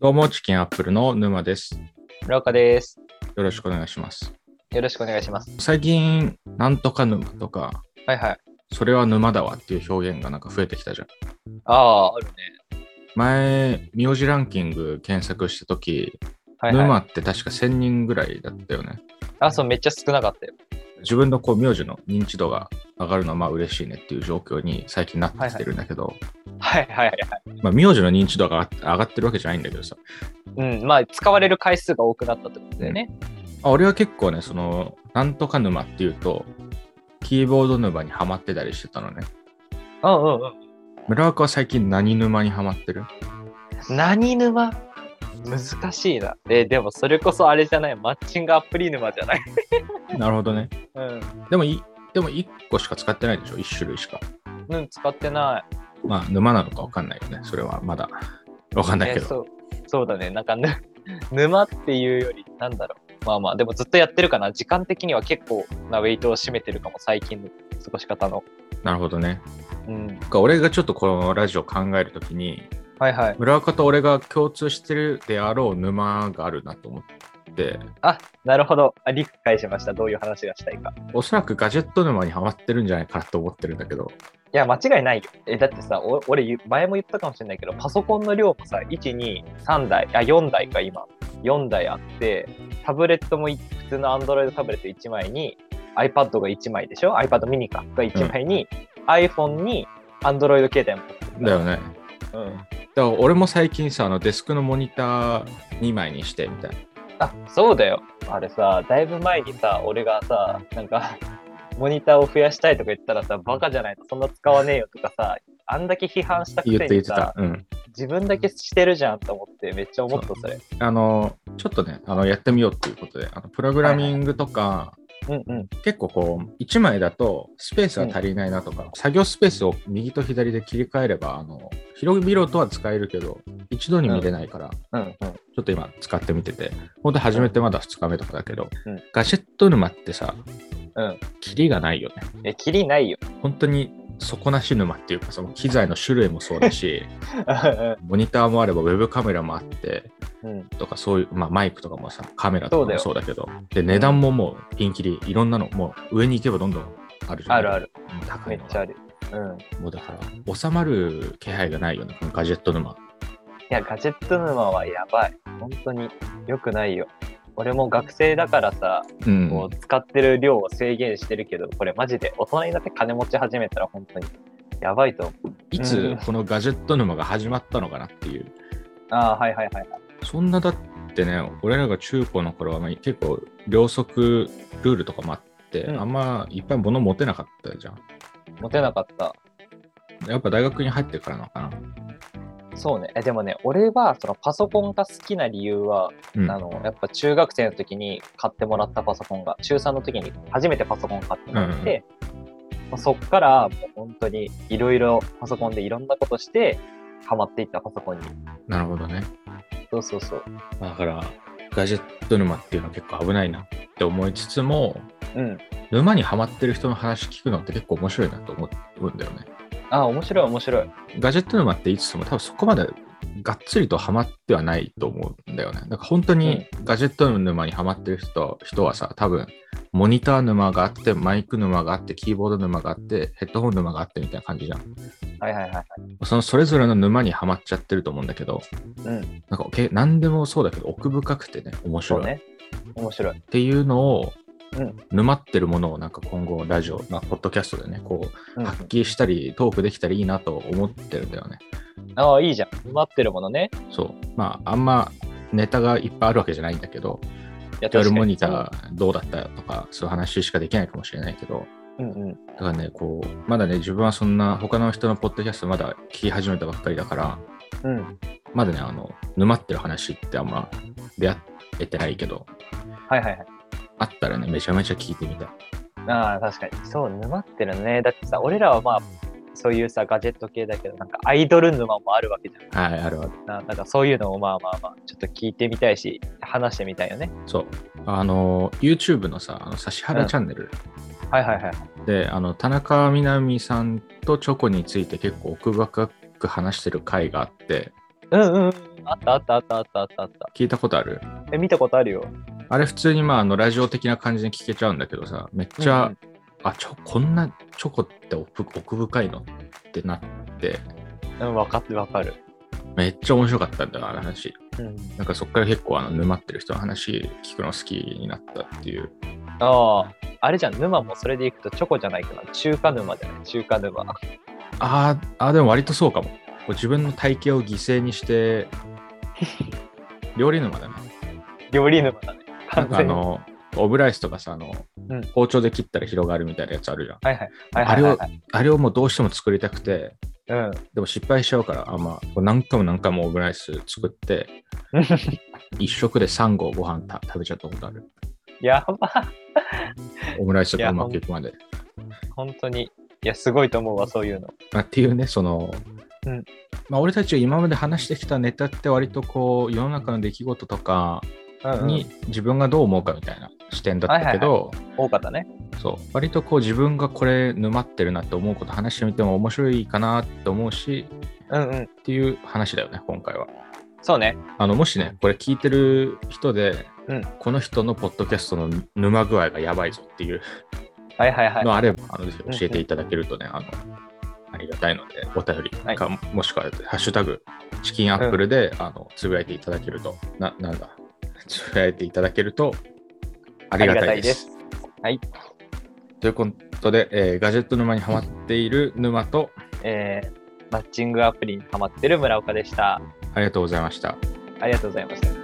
どうも、チキンアップルの沼です。村岡です。よろしくお願いします。よろしくお願いします。最近、なんとか沼とか、はいはい。それは沼だわっていう表現がなんか増えてきたじゃん。ああ、あるね。前、名字ランキング検索したとき、はいはい。沼って確か1000人ぐらいだったよね。あ、そう、めっちゃ少なかったよ。自分のこう名字の認知度が上がるのはまあ嬉しいねっていう状況に最近なってきてるんだけど、はいはいはい。まあ名字の認知度が上がってるわけじゃないんだけどさ、うん、まあ、使われる回数が多くなったってことだよね。あ俺は結構ね、その、なんとか沼っていうと、キーボード沼にはまってたりしてたのね。うんうんうん。村岡は最近何沼にはまってる何沼難しいな。え、でもそれこそあれじゃない。マッチングアプリ沼じゃない。なるほどね。うん。でもい、でも1個しか使ってないでしょ ?1 種類しか。うん、使ってない。まあ、沼なのかわかんないよね。それはまだ。わかんないけえど。そう。そうだね。なんかぬ、 沼っていうより、なんだろう。まあまあ、でもずっとやってるかな。時間的には結構なウェイトを占めてるかも、最近の過ごし方の。なるほどね。うん。なんか俺がちょっとこのラジオ考えるときに、はいはい。村岡と俺が共通してるであろう沼があるなと思って、あ、なるほど。あ理解しました。どういう話がしたいか。おそらくガジェット沼にはまってるんじゃないかなと思ってるんだけど、いや、間違いないよ。え、だってさ、お俺、ゆ前も言ったかもしれないけど、パソコンの量もさ、1、2、3台、あ、4台か、今。4台あって、タブレットもい普通の Android タブレット1枚に、iPad が1枚でしょ ?iPad mini か。が1枚に、iPhone に、Android 携帯も。だよね。うん。だから俺も最近さ、あのデスクのモニター2枚にしてみたいな。あ、そうだよ。あれさ、だいぶ前にさ、俺がさ、なんか、 モニターを増やしたいとか言ったらさ、バカじゃないとそんな使わねえよとかさ、あんだけ批判したく言ってて言っにてたさ。、うん。自分だけしてるじゃんと思って、めっちゃ思った、それ。あの、ちょっとね、あのやってみようっていうことで、あのプログラミングとか、うんうん。結構こう1枚だとスペースが足りないなとか、作業スペースを右と左で切り替えればあの広々とは使えるけど一度に見れないから、ちうんうん。ょっと今使ってみてて本当始めてまだ2日目とかだけど、うんガジェット沼ってさ、うんキリがないよねえ、キリないよ。本当に底なし沼っていうかその機材の種類もそうだ しモニターもあればウェブカメラもあってうん。とかそういう、まあ、マイクとかもさカメラとかもそそうだけどで値段ももうピンキリいろんなのもう上に行けばどんどんあるじゃんあるある。うん高めいっのちゃがある。うん。いもうだから収まる気配がないよねこのガジェット沼や、ガジェット沼はやばい。本当に良くないよ。俺も学生だからさ、うんこう使ってる量を制限してるけど、これマジで大人になって金持ち始めたら本当にやばいと思う。いつこのガジェット沼が始まったのかなっていうああ、はいはいはい。そんなだってね俺らが中高の頃はまあ結構両足ルールとかもあって、うんあんまいっぱい物持てなかったじゃんモテなかった。やっぱ大学に入ってからなのかなそうね。えでもね、俺はそのパソコンが好きな理由は、うんあのやっぱ中学生の時に買ってもらったパソコンが中3の時に初めてパソコン買ってもらって、まあそっからもう本当にいろいろパソコンでいろんなことしてハマっていったパソコンになるほどねそうそうそうだからガジェット沼っていうのは結構危ないなって思いつつもうん沼にはまってる人の話聞くのって結構面白いなと思うんだよねあ面白い面白いガジェット沼って言いつつも多分そこまでがっつりとハマってはないと思うんだよね。なんか本当にガジェット沼にハマってる人人はさ多分モニター沼があってマイク沼があってキーボード沼があってヘッドホン沼があってみたいな感じじゃん。はいはいはいそのそれぞれの沼にはまっちゃってると思うんだけどうんなんかけ何でもそうだけど奥深くてね面白そうい、ね面白いっていうのを、うん沼ってるものをなんか今後ラジオ、まあ、ポッドキャストでねこううん発揮したりトークできたらいいなと思ってるんだよね。ああいいじゃん待ってるものねそう。まあ、あんまネタがいっぱいあるわけじゃないんだけど、いやデュアル確かにモニターどうだったとか、そういう話しかできないかもしれないけど、うんうんだからね、こう、まだね、自分はそんな他の人のポッドキャストまだ聞き始めたばっかりだから、うんまだね、あの、沼ってる話ってあんま出会えてないけど、はいはいはいあったらね、めちゃめちゃ聞いてみたい。ああ確かにそう沼ってるねだってさ俺らはまあそういうさガジェット系だけどなんかアイドル沼もあるわけじゃんはい、あるある。ななんかそういうのをまあまあまあちょっと聞いてみたいし話してみたいよねそう。あの、YouTube のさ、あの指原チャンネルはいはいはいで、あの、田中みな実さんとチョコについて結構奥深く話してる回があって、うんうんうんあったあったあったあったあったあった。聞いたことあるえ、見たことあるよ。あれ普通にまああのラジオ的な感じに聞けちゃうんだけどさ、めっちゃ、うんあちょこんなチョコって奥奥深いのってなって、うん、分かって分かる。めっちゃ面白かったんだな、あの話。うん、なんかそっから結構あの沼ってる人の話聞くの好きになったっていう。ああ、あれじゃん、沼もそれでいくとチョコじゃないかな。中華沼じゃない、中華沼。 あーあー、でも割とそうかも。こう自分の体型を犠牲に して、料理沼だね。料理沼だね。なん完かあ全に。はの、オブライスとかさ、あの、うん包丁で切ったら広がるみたいなやつあるじゃん。いはい。はいはいはいはい。あれをもうどうしても作りたくて、うん。でも失敗しちゃうから、あんまこう何回も何回もオムライス作 って、一食で3合ご飯た食べちゃったことある。やば。オムライスがうまくいくまで。本当に。いや、すごいと思うわ、そういうの。まあっていうね、その、うんまあ、俺たちが今まで話してきたネタって割とこう世の中の出来事とかうん、うんに。自分がどう思うかみたいな視点だったけど、多かったね。そう割とこう自分がこれ沼ってるなって思うこと話してみても面白いかなって思うしうんうん。っていう話だよね今回は。そうね。あのもしねこれ聞いてる人で、うんこの人のポッドキャストの沼具合がやばいぞっていうはいはいはい。のあれば、あのぜうんひ教えていただけるとね、あのありがたいので、お便りはいか、もしくは、ハッシュタグ、チキンアップルで、あのつぶやいていただけると、ななんだ、つぶやいていただけると、ありがたいです。ありがたいです。ということで、えーガジェット沼にハマっている沼と、はい。えー、マッチングアプリにハマってる村岡でした。ありがとうございました。ありがとうございました。